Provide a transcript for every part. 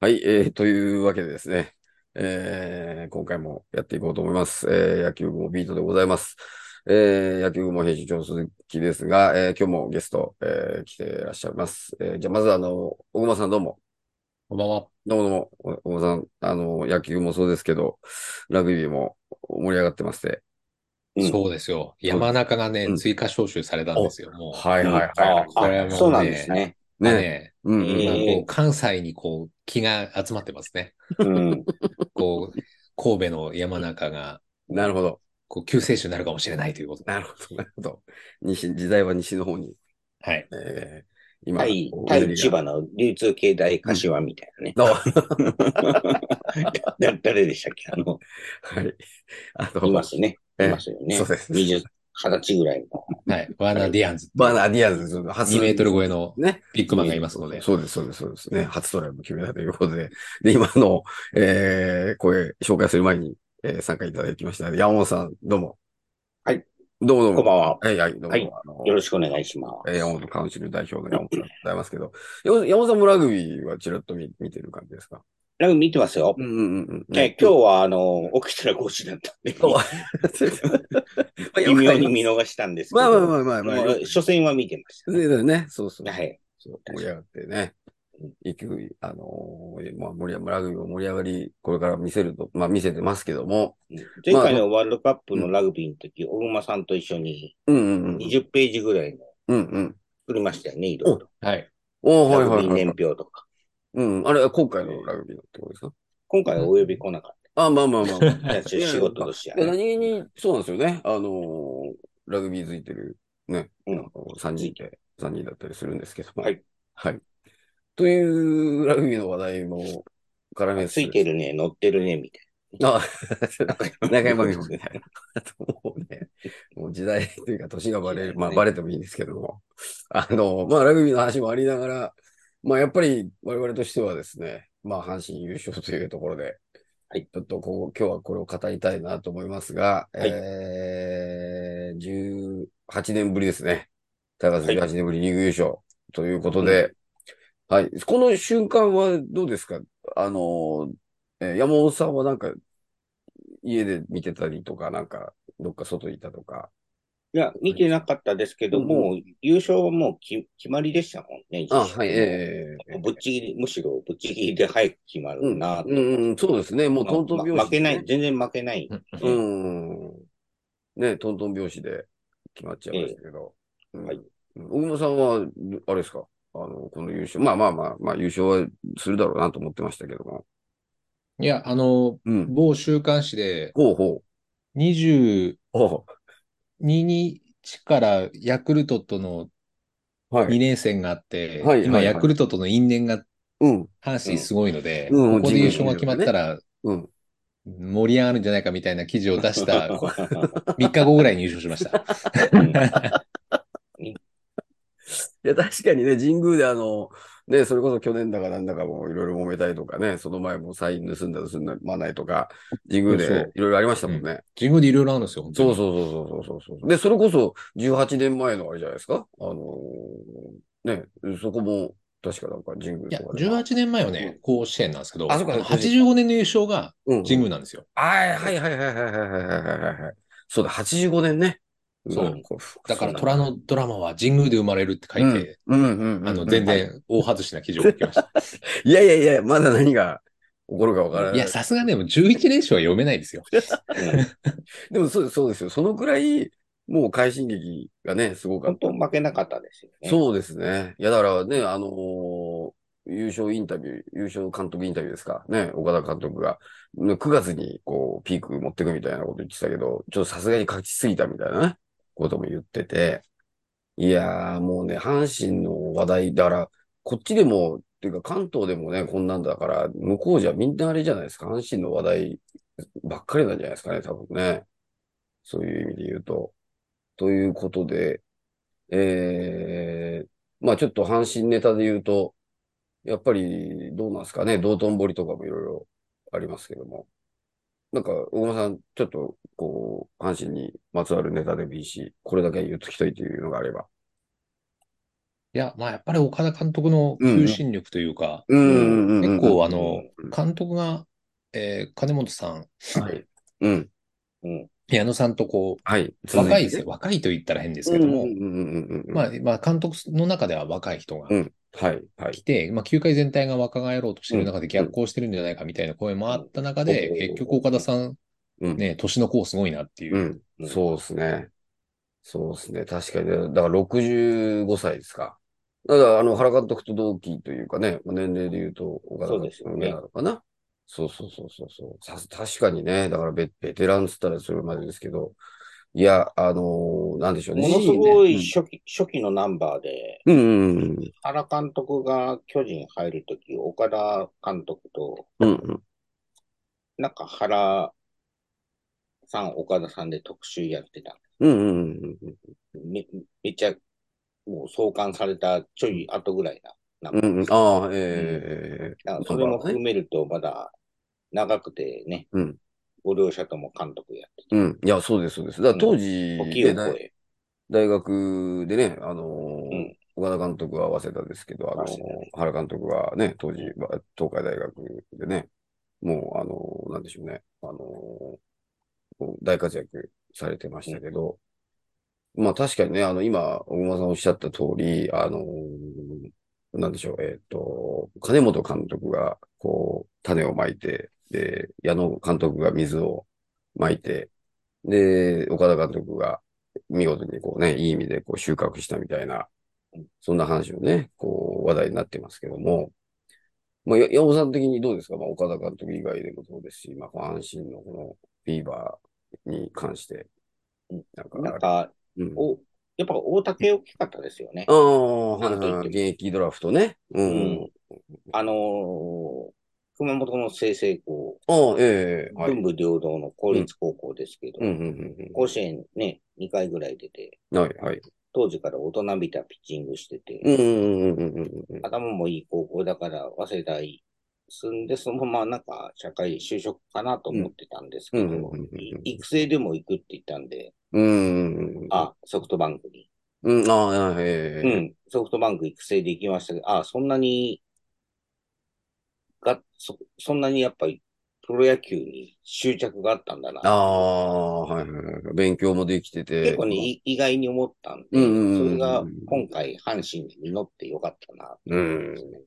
はい、えー、と いうわけでですね、えー、今回もやっていこうと思います。えー、野球部もビートでございます。えー、野球部も編集長の鈴木ですが、えー、今日もゲスト、えー、来ていらっしゃいます。えー、じゃあ、まずあの、小熊さんどうも。こんばんは。どうもどうも、お小熊さん、あの、野球もそうですけど、ラグビーも盛り上がってまして。うん、そうですよ。山中がね、うん、追加招集されたんですよ。もうはいはいはい。あこれはもう、ね、そうなんですね。ね。ねうん、うん、関西にこう気が集まってます ね。うん、こう神戸の山中が、なるほど。こう救世主になるかもしれないということ。なるほど、なるほど。西時代は西の方に。はい。えー今、 対千葉の流通経済柏みたいなね。うん、 誰でしたっけあの、はい。あの、いますね。いますよね。そうです。二十歳ぐらいの。はい。ワーナー・ディアンズ。ワーナー・ディアンズ、初。2メートル超えのビッグマンがいますので。ね、そうです、そうです、そうですね。初トライも決めたということで。で、今の、えー、声、紹介する前に、えー、参加いただきました。山本さん、どうも。はい。どうもどうも。こんばんは。はい、はい、どうも。はい、よろしくお願いします。えー、山本カウンシル代表の山本さんでございますけど、山本さんもラグビーはちらっと見見てる感じですかラグビー見てますよ。うんうんうん。ね、今日は、あの、起きたら5時だったんで。微妙に見逃したんですけ ど。まあまあまあまあ、まあ。初戦は見てました、ね。そうね。そうそう。はい。そう盛り上がってね。一局、あのー、まあ、盛り上がラグビーも盛り上がり、これから見せると、まあ、見せてますけども。前回のワールドカップのラグビーの時、小熊さんと一緒に、20ページぐらいの、うんうん。作りましたよね、いろいろ。はい。おはいはい年表とか。うん、あれは今回のラグビーのってことですか今回はお呼び来なかった。あ、まあまあ まあ、まあ。仕事としては、何気に、そうなんですよね。あのラグビー付いてるね、うん、3人で、3人だったりするんですけどはい。はい。というラグビーの話題も絡めつ いてるね、乗ってるね、みたいな。あ、中山美穂みたいな。もうね、もう時代というか年がバレる、まあバレてもいいんですけども。あの、まあラグビーの話もありながら、まあ、やっぱり我々としてはですね、まあ、阪神優勝というところで、はい、ちょっとこう今日はこれを語りたいなと思いますが、はい、えー、18年ぶりですね。高橋18年ぶりリーグ優勝ということで、はい、はい、この瞬間はどうですかあの、えー、山本さんはなんか、家で見てたりとか、なんか、どっか外にいたとか、いや、見てなかったですけど、もう優勝はもうき決まりでしたもんね。あ、はい、ええぶっちぎり、むしろぶっちぎりで早く決まるなうん、そうですね。もうトントン拍子、負けない、全然負けない。うん。ね、トントン拍子で決まっちゃいましたけど。はい。小熊さんは、あれですかあの、この優勝、まあまあまあ、まあ優勝はするだろうなと思ってましたけども。いや、あの、某週刊誌で、ほうほう。20、ほう。 2日からヤクルトとの2連戦があって、今ヤクルトとの因縁が、阪神すごいので、ここで優勝が決まったら、盛り上がるんじゃないかみたいな記事を出した、3日後ぐらいに優勝しました。いや、確かにね、神宮であの、ね、それこそ去年だかなんだかもいろいろ揉めたりとかね、その前もサイン盗んだ盗まないとか、神宮でいろいろありましたもんね。うん、神宮でいろいろあるんですよ、そうそうそうそうそうそう。で、それこそ18年前のあれじゃないですか。あのー、ね、そこも確かなんか神宮とか、ね。いや、18年前はね、甲子園なんですけど、あそこ85年の優勝が神宮なんですよ。はい、うん、はいはいはいはいはいはいはい。そうだ、85年ね。そう。だから、虎のドラマは神宮で生まれるって書いて、あの、全然大外しな記事を書きました。 いやいやいや、まだ何が起こるかわからない。いや、さすがでも11連勝は読めないですよ。でもそうそうですよ。そのくらい、もう快進撃がね、すごかった。本当負けなかったですよね。そうですね。いや、だからね、あのー、優勝インタビュー、優勝監督インタビューですか。ね、岡田監督が、9月にこう、ピーク持ってくみたいなこと言ってたけど、ちょっとさすがに勝ちすぎたみたいなね。ことも言ってて、いやーもうね、阪神の話題だから、こっちでも、っていうか関東でもね、こんなんだから、向こうじゃみんなあれじゃないですか、阪神の話題ばっかりなんじゃないですかね、多分ね。そういう意味で言うと。ということで、えー、まあちょっと阪神ネタで言うと、やっぱりどうなんですかね、道頓堀とかもいろいろありますけども。なんか、大間さん、ちょっと、こう、阪神にまつわるネタでもいいし、これだけ言っときたいというのがあれば。いや、まあやっぱり岡田監督の求心力というか、結構あの、監督が、えー、金本さん、はいうん、うん。矢野さんとこう、はい、若いですね。若いと言ったら変ですけども、まあ、まあ、監督の中では若い人がはいはい、来て、まあ、球界全体が若返ろうとしてる中で逆行してるんじゃないかみたいな声もあった中で、うんうん結局岡田さん、うんね、年の子すごいなっていうう。ん、そうですね。そうですね。確かに。だから65歳ですか。だから、あの、原監督と同期というかね、まあ年齢で言うと、岡田そうですよね監督なのかな。そうそうそうそうそうさ。確かにね、だからベベテランっつったらそれまでですけど、いや、あのーなんでしょうね。ものすごいね初期、初期のナンバーで、うんうんうんうん。原監督が巨人入るとき、岡田監督と、うんうん。なんか原さん、岡田さんで特集やってた。うんうんうんうん。めめっちゃ、もう創刊されたちょい後ぐらいな。うなんうん、んかああ、ええだからそれも含めると、まだ長くてね、うんご両者とも監督やってて、うん。いや、そうです、そうです。だから当時、時をね超え、大学でね、あのーうん岡田監督は早稲田ですけど、あのー早稲田ね原監督はね、当時、まあ東海大学でね、もう、あのーなんでしょうね、あのーこう大活躍されてましたけど、まあ確かにね、あの、今、小熊さんおっしゃった通り、あのーなんでしょう、えっ、と、金本監督が、こう、種をまいて、で、矢野監督が水をまいて、で、岡田監督が、見事にこうね、いい意味でこう収穫したみたいな、そんな話をね、こう話題になってますけども、まあ、や山本さん的にどうですか、まあ、岡田監督以外でもそうですし、まあ、こう阪神のこのビーバーに関して、なんか、なんか、うん、おやっぱ大竹大きかったですよねあ。あ、はないんとはい言っはい、ても現役ドラフトね。う。うんあのー熊本の清成校、ああ、ええはい。文武両道の公立高校ですけど、うん、うん、うん甲子園ね、2回ぐらい出て、うん。はい、はい。当時から大人びたピッチングしてて、うん、うん、うん、うんうん。頭もいい高校だから、早稲田に住んで、そのままなんか社会就職かなと思ってたんですけうんうんどうんうんうん、い育成でも行くって言ったんで、うん、うん。、あ、ソフトバンクに。うん、ああ、えうえん、ソフトバンク育成で行きましたけど、あ、そんなに、が、そ、そんなにやっぱりプロ野球に執着があったんだな。ああ、はい、はいはい。勉強もできてて。結構ね、い意外に思ったんで、うんうんうんうんそれが今回阪神に実ってよかったなって思いますね。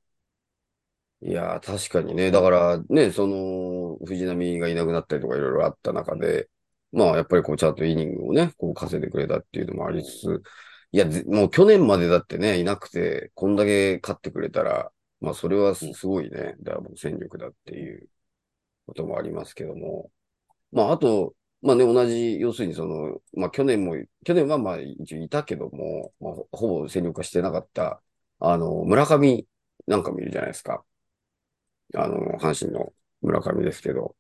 いやー、確かにね。だからね、その、藤浪がいなくなったりとかいろいろあった中で、まあ、やっぱりこう、ちゃんとイニングをね、こう、稼いでくれたっていうのもありつつ、いや、ぜもう去年までだってね、いなくて、こんだけ勝ってくれたら、まあ、それはすすごいね、だからもう戦力だっていうこともありますけども。まあ、あと、まあね、同じ、要するにその、まあ、去年も、去年はまあ、一応いたけども、まあ、ほほぼ戦力化してなかった、あの、村上なんかもいるじゃないですか。あの、阪神の村上ですけど。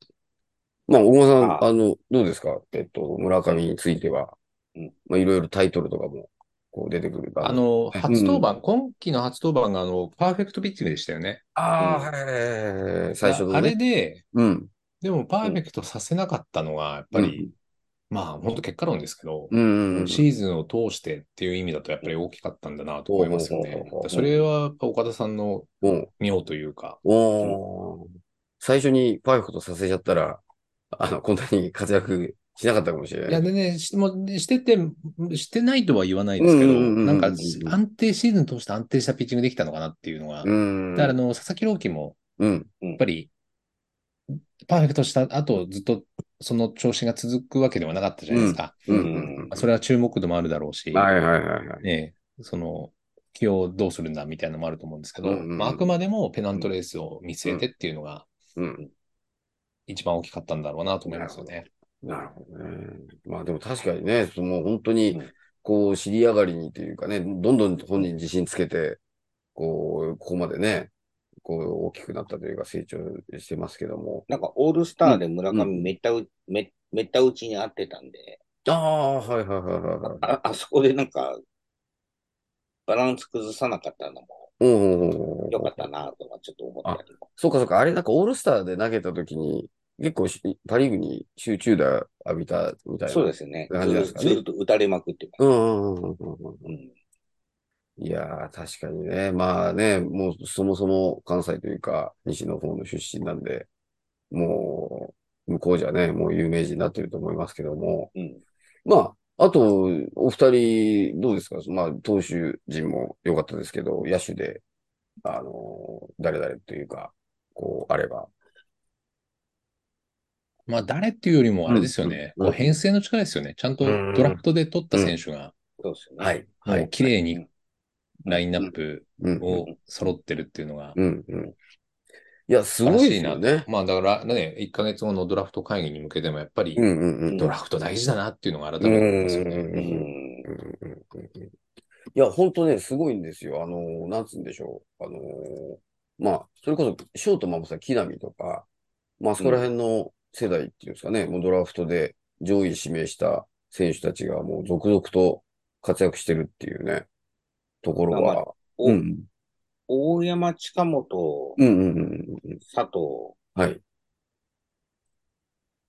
まあ、小熊さん、ああの、どうですかえっと、村上についてはうん、まあ、いろいろタイトルとかも、こう出てくるから。あの、い初登板、今季の初登板があの、パーフェクトピッチングでしたよね。ああ、はいはいはいはいはい。最初のあね。れで、うん。でもパーフェクトさせなかったのが、やっぱり、まあ、本当結果論ですけど、うん、うんうん。シーズンを通してっていう意味だとやっぱり大きかったんだなと思いますよほうねほうほうほう。それはやっぱ岡田さんのうん妙というか、おー最初にパーフェクトさせちゃったら、あの、こんなに活躍しなかったかもしれない。いや、でね、しもうしてて、してないとは言わないですけど、うんうんうんうんなんか安定、シーズン通して安定したピッチングできたのかなっていうのが、うだん。からあの、佐々木朗希も、うん。やっぱり、パーフェクトした後、ずっとその調子が続くわけではなかったじゃないですか。うん。うんそれは注目度もあるだろうし、はいはいはいはい。ね、その、起用どうするんだみたいなのもあると思うんですけど、うんうんうんまあ、あくまでもペナントレースを見据えてっていうのがうん。一番大きかったんだろうなと思いますよね。なるほどね。まあでも確かにね、その本当にうん、こう、尻上がりにというかね、どんどん本人自信つけて、こう、ここまでね、こう、大きくなったというか成長してますけども。なんかオールスターで村う上めったう、めめった打ちに合ってたんで、ああ、はいはいはいはいはい。ああそこでなんか、バランス崩さなかったのもうんうんうんうん。良かったなとはちょっと思ったりも。そうかそうか、あれなんかオールスターで投げたときに、結構しパリーグに集中打浴びたみたいな。。そうですすね。感じなんですかねずっとずっと打たれまくってまうんうんうんうんうん。す。うん。いやー、確かにね。まあね、もうそもそも関西というか、西の方の出身なんで、もう、向こうじゃね、もう有名人になってると思いますけども。うん。まあ、あと、お二人、どうですかまあ、投手陣も良かったですけど、野手で、あのー、誰々というか、こう、あれば。まあ、誰っていうよりも、あれですよね。こう編成の力ですよね。ちゃんとドラフトで取った選手が、そうですよね。はい。もはうい。綺麗にラインナップを揃ってるっていうのが、うんうん。いや、すごいですよね。まあ、だからね、1ヶ月後のドラフト会議に向けても、やっぱり、うんうんうん、ドラフト大事だなっていうのが改めて思いますよね。うんうんうん、いや、本当ね、すごいんですよ。あの、なんつうんでしょう。あの、まあ、それこそ、ショートマもさ、木浪とか、まあ、そこら辺の世代っていうんですかね、もうドラフトで上位指名した選手たちが、もう続々と活躍してるっていうね、ところは。うん、大山、近本、うんうんうんうん、佐藤、はい。。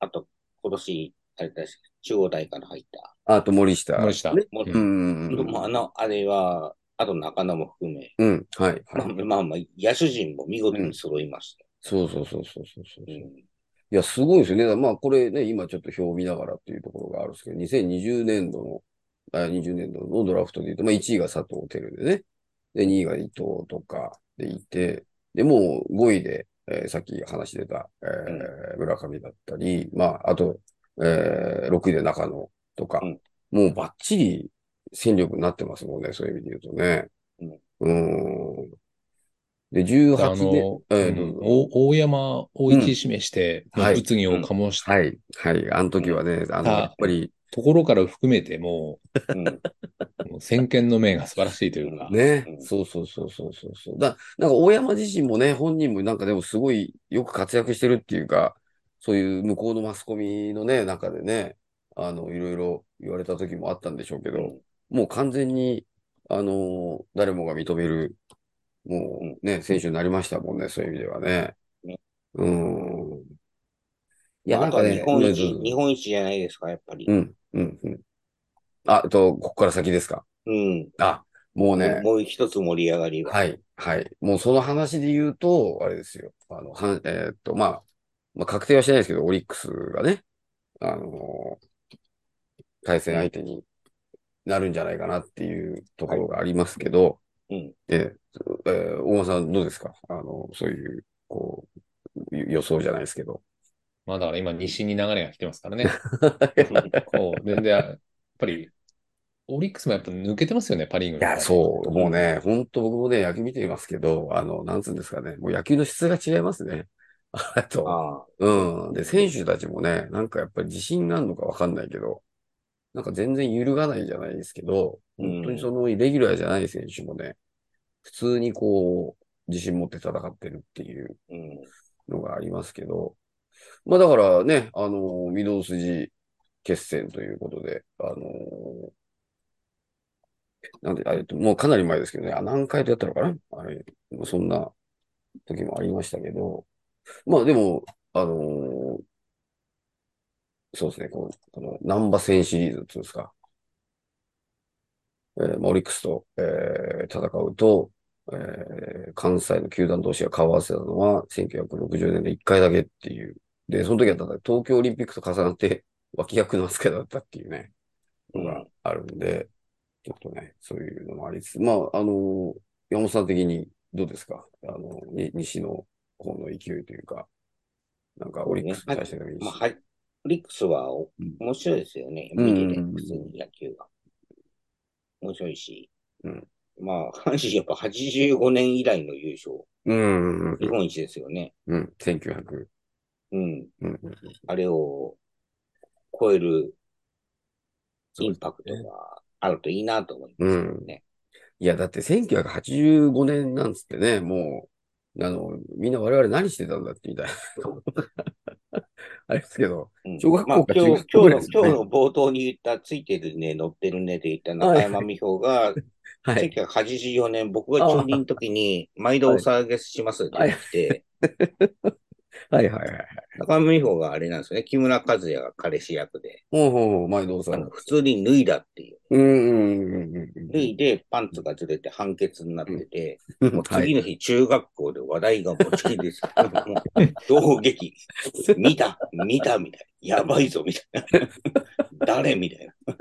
あと、今年、あれだし、中央大から入ったあと森下。森下。ね、森うん、うん、あの、あれは、あと中野も含め。うん、はい。まあ、まあ、まあ、野手陣も見事に揃いました。そうそうそうそうそうそう、うん、いや、すごいですよね。まあ、これね、今ちょっと表を見ながらっていうところがあるんですけど、2020年度のあ20年度のドラフトで言うと、まあ、1位が佐藤輝でね、で、2位が伊藤とかでいて、で、もう5位で、えー、さっき話出た、えー、村上だったり、まあ、あと、えー、6位で中野とか、うん、もうバッチリ戦力になってますもんね、そういう意味で言うとね。うん。うんで、18で、えー、うん、大山を1位指名して、うん、物議を醸して、はい、はい、はい、あの時はね、あの、やっぱり、ところから含めてもう、うん、もう先見の明が素晴らしいというか。ね、そうそうそうそうそうだ。なんか大山自身もね、本人もなんかでもすごいよく活躍してるっていうか、そういう向こうのマスコミのね、中でね、あの、いろいろ言われた時もあったんでしょうけど、うん、もう完全に、あの誰もが認める、もうね、選手になりましたもんね、そういう意味ではね。うん。 いや、なんかね、日本一、日本一じゃないですか、やっぱり。うん。うんうん。あ、えっと、ここから先ですか。うん。あ、もうね。もう一つ盛り上がりは。はい、はい。もうその話で言うと、あれですよ。あの、はえー、っと、まあ、まあ、確定はしてないですけど、オリックスがね、あのー、対戦相手になるんじゃないかなっていうところがありますけど、はい、うん。えー、えー、大間さんどうですかあの、そういう、こう、予想じゃないですけど。まあだから今西に流れが来てますからね。こう、全然、やっぱり、オリックスもやっぱ抜けてますよね、パリーグ。いや、そう、もうね、ほんと僕もね、野球見ていますけど、あの、なんつうんですかね、もう野球の質が違いますね。 あと、あうん。で、選手たちもね、なんかやっぱり自信があるのかわかんないけど、なんか全然揺るがないじゃないですけど、本当にそのイレギュラーじゃない選手もね、普通にこう、自信持って戦ってるっていう のがありますけど、まあだからね、あのー、御堂筋決戦ということで、あのー、なんで、あれ、もうかなり前ですけどね、あ何回とやったのかなあれ、そんな時もありましたけど、まあでも、あのー、そうですね、この、この、ナンバ戦シリーズっていうんですか、えー、まあ、オリックスと、えー、戦うと、えー、関西の球団同士が顔合わせたのは1960年で1回だけっていう。で、その時はただ東京オリンピックと重なって 脇役の扱いだったっていうね、のがあるんで、ちょっとね、そういうのもありつつ、まあ、あの、山本さん的にどうですかあの、西の方の勢いというか、なんかオリックスに対してでもいいし。まあ、はい。オリックスは面白いですよね。うん、見てね、普通に野球が。面白いし。うん。まあ、阪神やっぱ85年以来の優勝。うん、うん、日本一ですよね。うん、1900。うん。うん、あれを超えるインパクトがあるといいなと思いますよね。うん、いや、だって1985年なんつってね、もう、あの、みんな我々何してたんだってみたいな。 あれですけど、小学校か中学校、ねまあ、今日今日の、今日の冒頭に言った、ついてるね、乗ってるねで言った中山美穂が、はい、1984年、僕が中2の時に、毎度お騒げしますって言って、はい、はいはいはい。高見美穂があれなんですよね。木村和也が彼氏役で。ほうほうほう、毎度さあんの。普通に脱いだっていう。うんうんうんうんうん。脱いでパンツがずれて判決になってて、もうはい次の日中学校で話題が持ちきりです。 もう同劇。見た見たみたい。やばいぞみたいな。誰みたいな。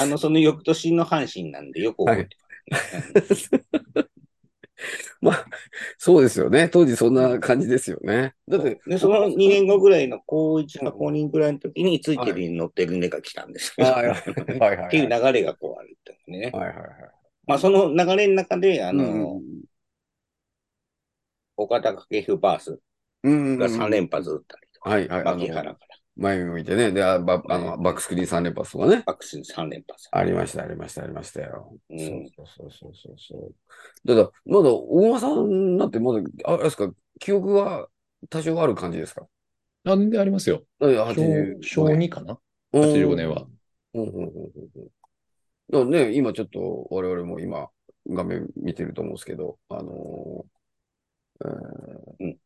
あの、その翌年の阪神なんでよく覚えてますね。 まあ、そうですよね。当時そんな感じですよね。だって、 で、その2年後ぐらいの高1か高2ぐらいの時に、ついてるに乗ってるねが来たんですよ。はいはいはいはい。っていう流れがこうあるっていうね。はいはいはい。まあ、その流れの中で、ああの、岡田掛布バースうん。が3連発打ったりとか、はいはい。あの牧原から前を見てね。で、あバあのバックスクリーン3連発とかね。バックス3連発。ありました、ありました、ありましたよ。うんそうそうそうそうそう。だから、まだ、大間さんなんて、まだ、ああれですか、記憶は多少ある感じですかなんでありますよ。だって85小小2かなうん ?85 年は。うんうんうんうんうん。だからね、今ちょっと我々も今画面見てると思うんですけど、あのーえーうん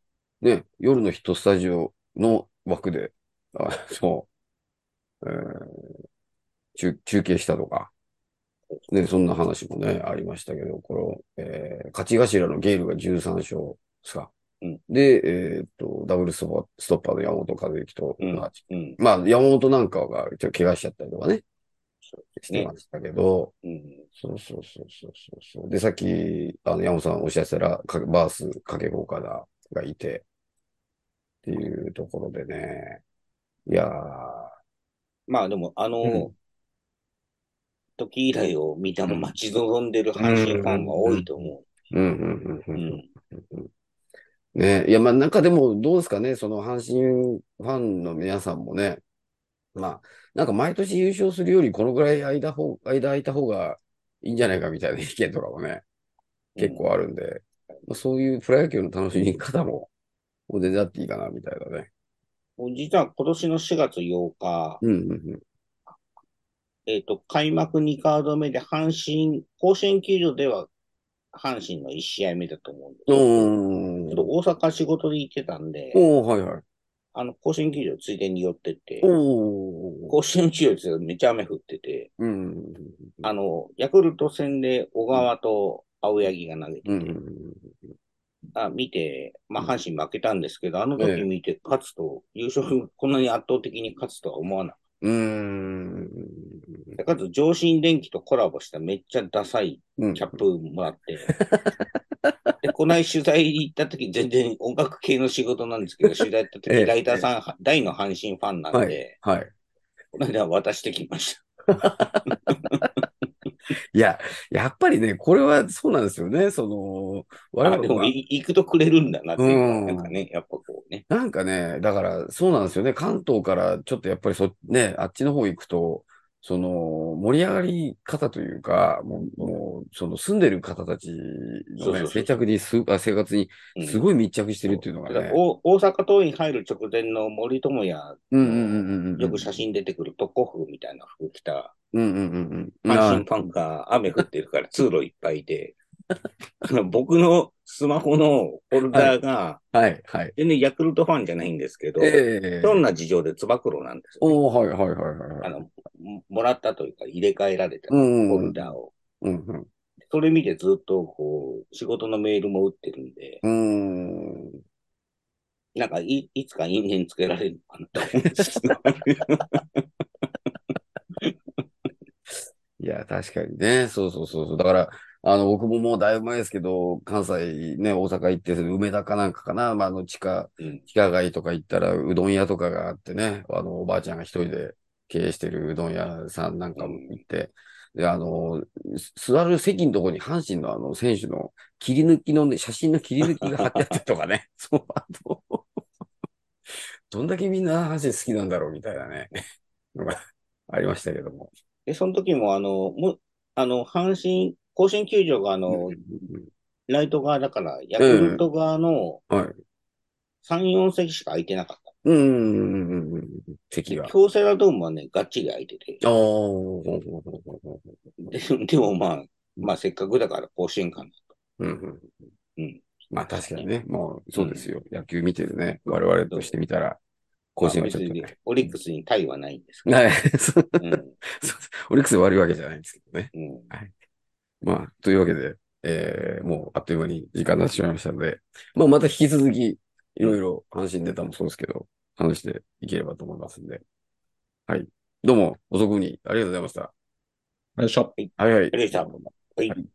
ね、夜のヒットスタジオの枠で、あそう、えー中、中継したとか、ね、そんな話もね、ありましたけど、これ、えー、勝ち頭のゲールが13勝ですか。うんで、えーっと、ダブルストストッパーの山本和之と、うんまあうん。まあ、山本なんかがちょっと怪我しちゃったりとかね、そしてましたけど、うん。そうそうそうそうそうそう。で、さっき、あの、山本さんおっしゃってたら、かバース、掛け岡田がいて、っていうところでね、いやー、まあでも、あの、うん時以来を見たの待ち望んでる阪神ファンが多いと思うんうんうう。うんうん。ん。ね、いや、まあ、なんかでも、どうですかね、その阪神ファンの皆さんもね、まあ、なんか毎年優勝するより、このぐらい間ほ間空いた方がいいんじゃないかみたいな意見とかもね、結構あるんで、まあ、そういうプロ野球の楽しみ方も、お出だっていいかな、みたいなね。実は今年の4月8日、うんうんうん。えっ、と、開幕2カード目で阪神、甲子園球場では阪神の1試合目だと思うんですけど、おちょっと大阪仕事で行ってたんで、おはいはい。あの、甲子園球場ついでに寄ってって、おお甲子園球場ですよめちゃ雨降ってて、うん。あの、ヤクルト戦で小川と青柳が投げてて、うん。あ見て、まあ、阪神負けたんですけど、あのええ時見て勝つと、優勝、こんなに圧倒的に勝つとは思わなかうん。った。かつ、上新電機とコラボしためっちゃダサいキャップも らって。で、こない取材行った時、全然音楽系の仕事なんですけど、取材行ったええ時、ライターさん、大の阪神ファンなんはで、はい。この間渡してきました。いや、やっぱりね、これはそうなんですよね。その、我あ々でもも、い行くとくれるんだなっていううんか、なんかね、やっぱこうね。なんかね、だからそうなんですよね。関東からちょっとやっぱりそ、ね、あっちの方行くと、その、盛り上がり方というか、もう、もうその住んでる方たちそうのそうそね、う生着にす、あ生活にうんすごい密着してるっていうのがだかねら。お大阪桐蔭入る直前の森友哉、うんうんうんうんうん。よく写真出てくる特攻服みたいな服着たうんうんうんうん。阪あ神ファンが雨降ってるから 通路いっぱいで、あの僕のスマホのフォルダーが、はい、はい。全然ヤクルトファンじゃないんですけど、ええどんな事情でつば九郎なんですよね、おーはいはいはいはいはあい。の、ももらったというか入れ替えられたうフんうんォうんルダーを。うんそれ見てずっとこう、仕事のメールも打ってるんで、うん。うーん。なんかいいつか因縁つけられるのかなと思うんですけど いや、確かにね。そうそうそうそう。だから、あの、僕ももうだいぶ前ですけど、関西ね、大阪行って、その梅田かなんかかな、まあ、あの、地下、うん地下街とか行ったら、うどん屋とかがあってね、あの、おばあちゃんが一人で経営してるうどん屋さんなんかも行って、で、あの、す座る席のとこに阪神のあの、選手の切り抜きのね、写真の切り抜きが貼ってあったりとか ね、そう、あと、どんだけみんな阪神好きなんだろうみたいなね、のがありましたけども。で、その時もあの、もあの、阪神、甲子園球場があの、ライト側だから、ヤクルト側のはい3、4席しか空いてなかっうんうんうんうんうん。席た。が。京セラドームはね、がっちり空いてて。ああ。ほうほうほうほうほうででもまあ、まあせっかくだから甲子園かな。うんうんうん。まあ確かにね、もうそうですよ。野球見てるね、我々としてみたら、甲子園はちょっと、ね。オリックスにタイはないんですはい、そうオリックス悪いわけじゃないんですけどね。うん。はい。まあ、というわけで、えー、もうあっという間に時間になってしまいましたので、まあまた引き続き、いろいろ阪神ネタもそうですけど、話していければと思いますんで。はい。どうも、遅くにありがとうございました。よいしょ。はいはい。ありがとうございました。はい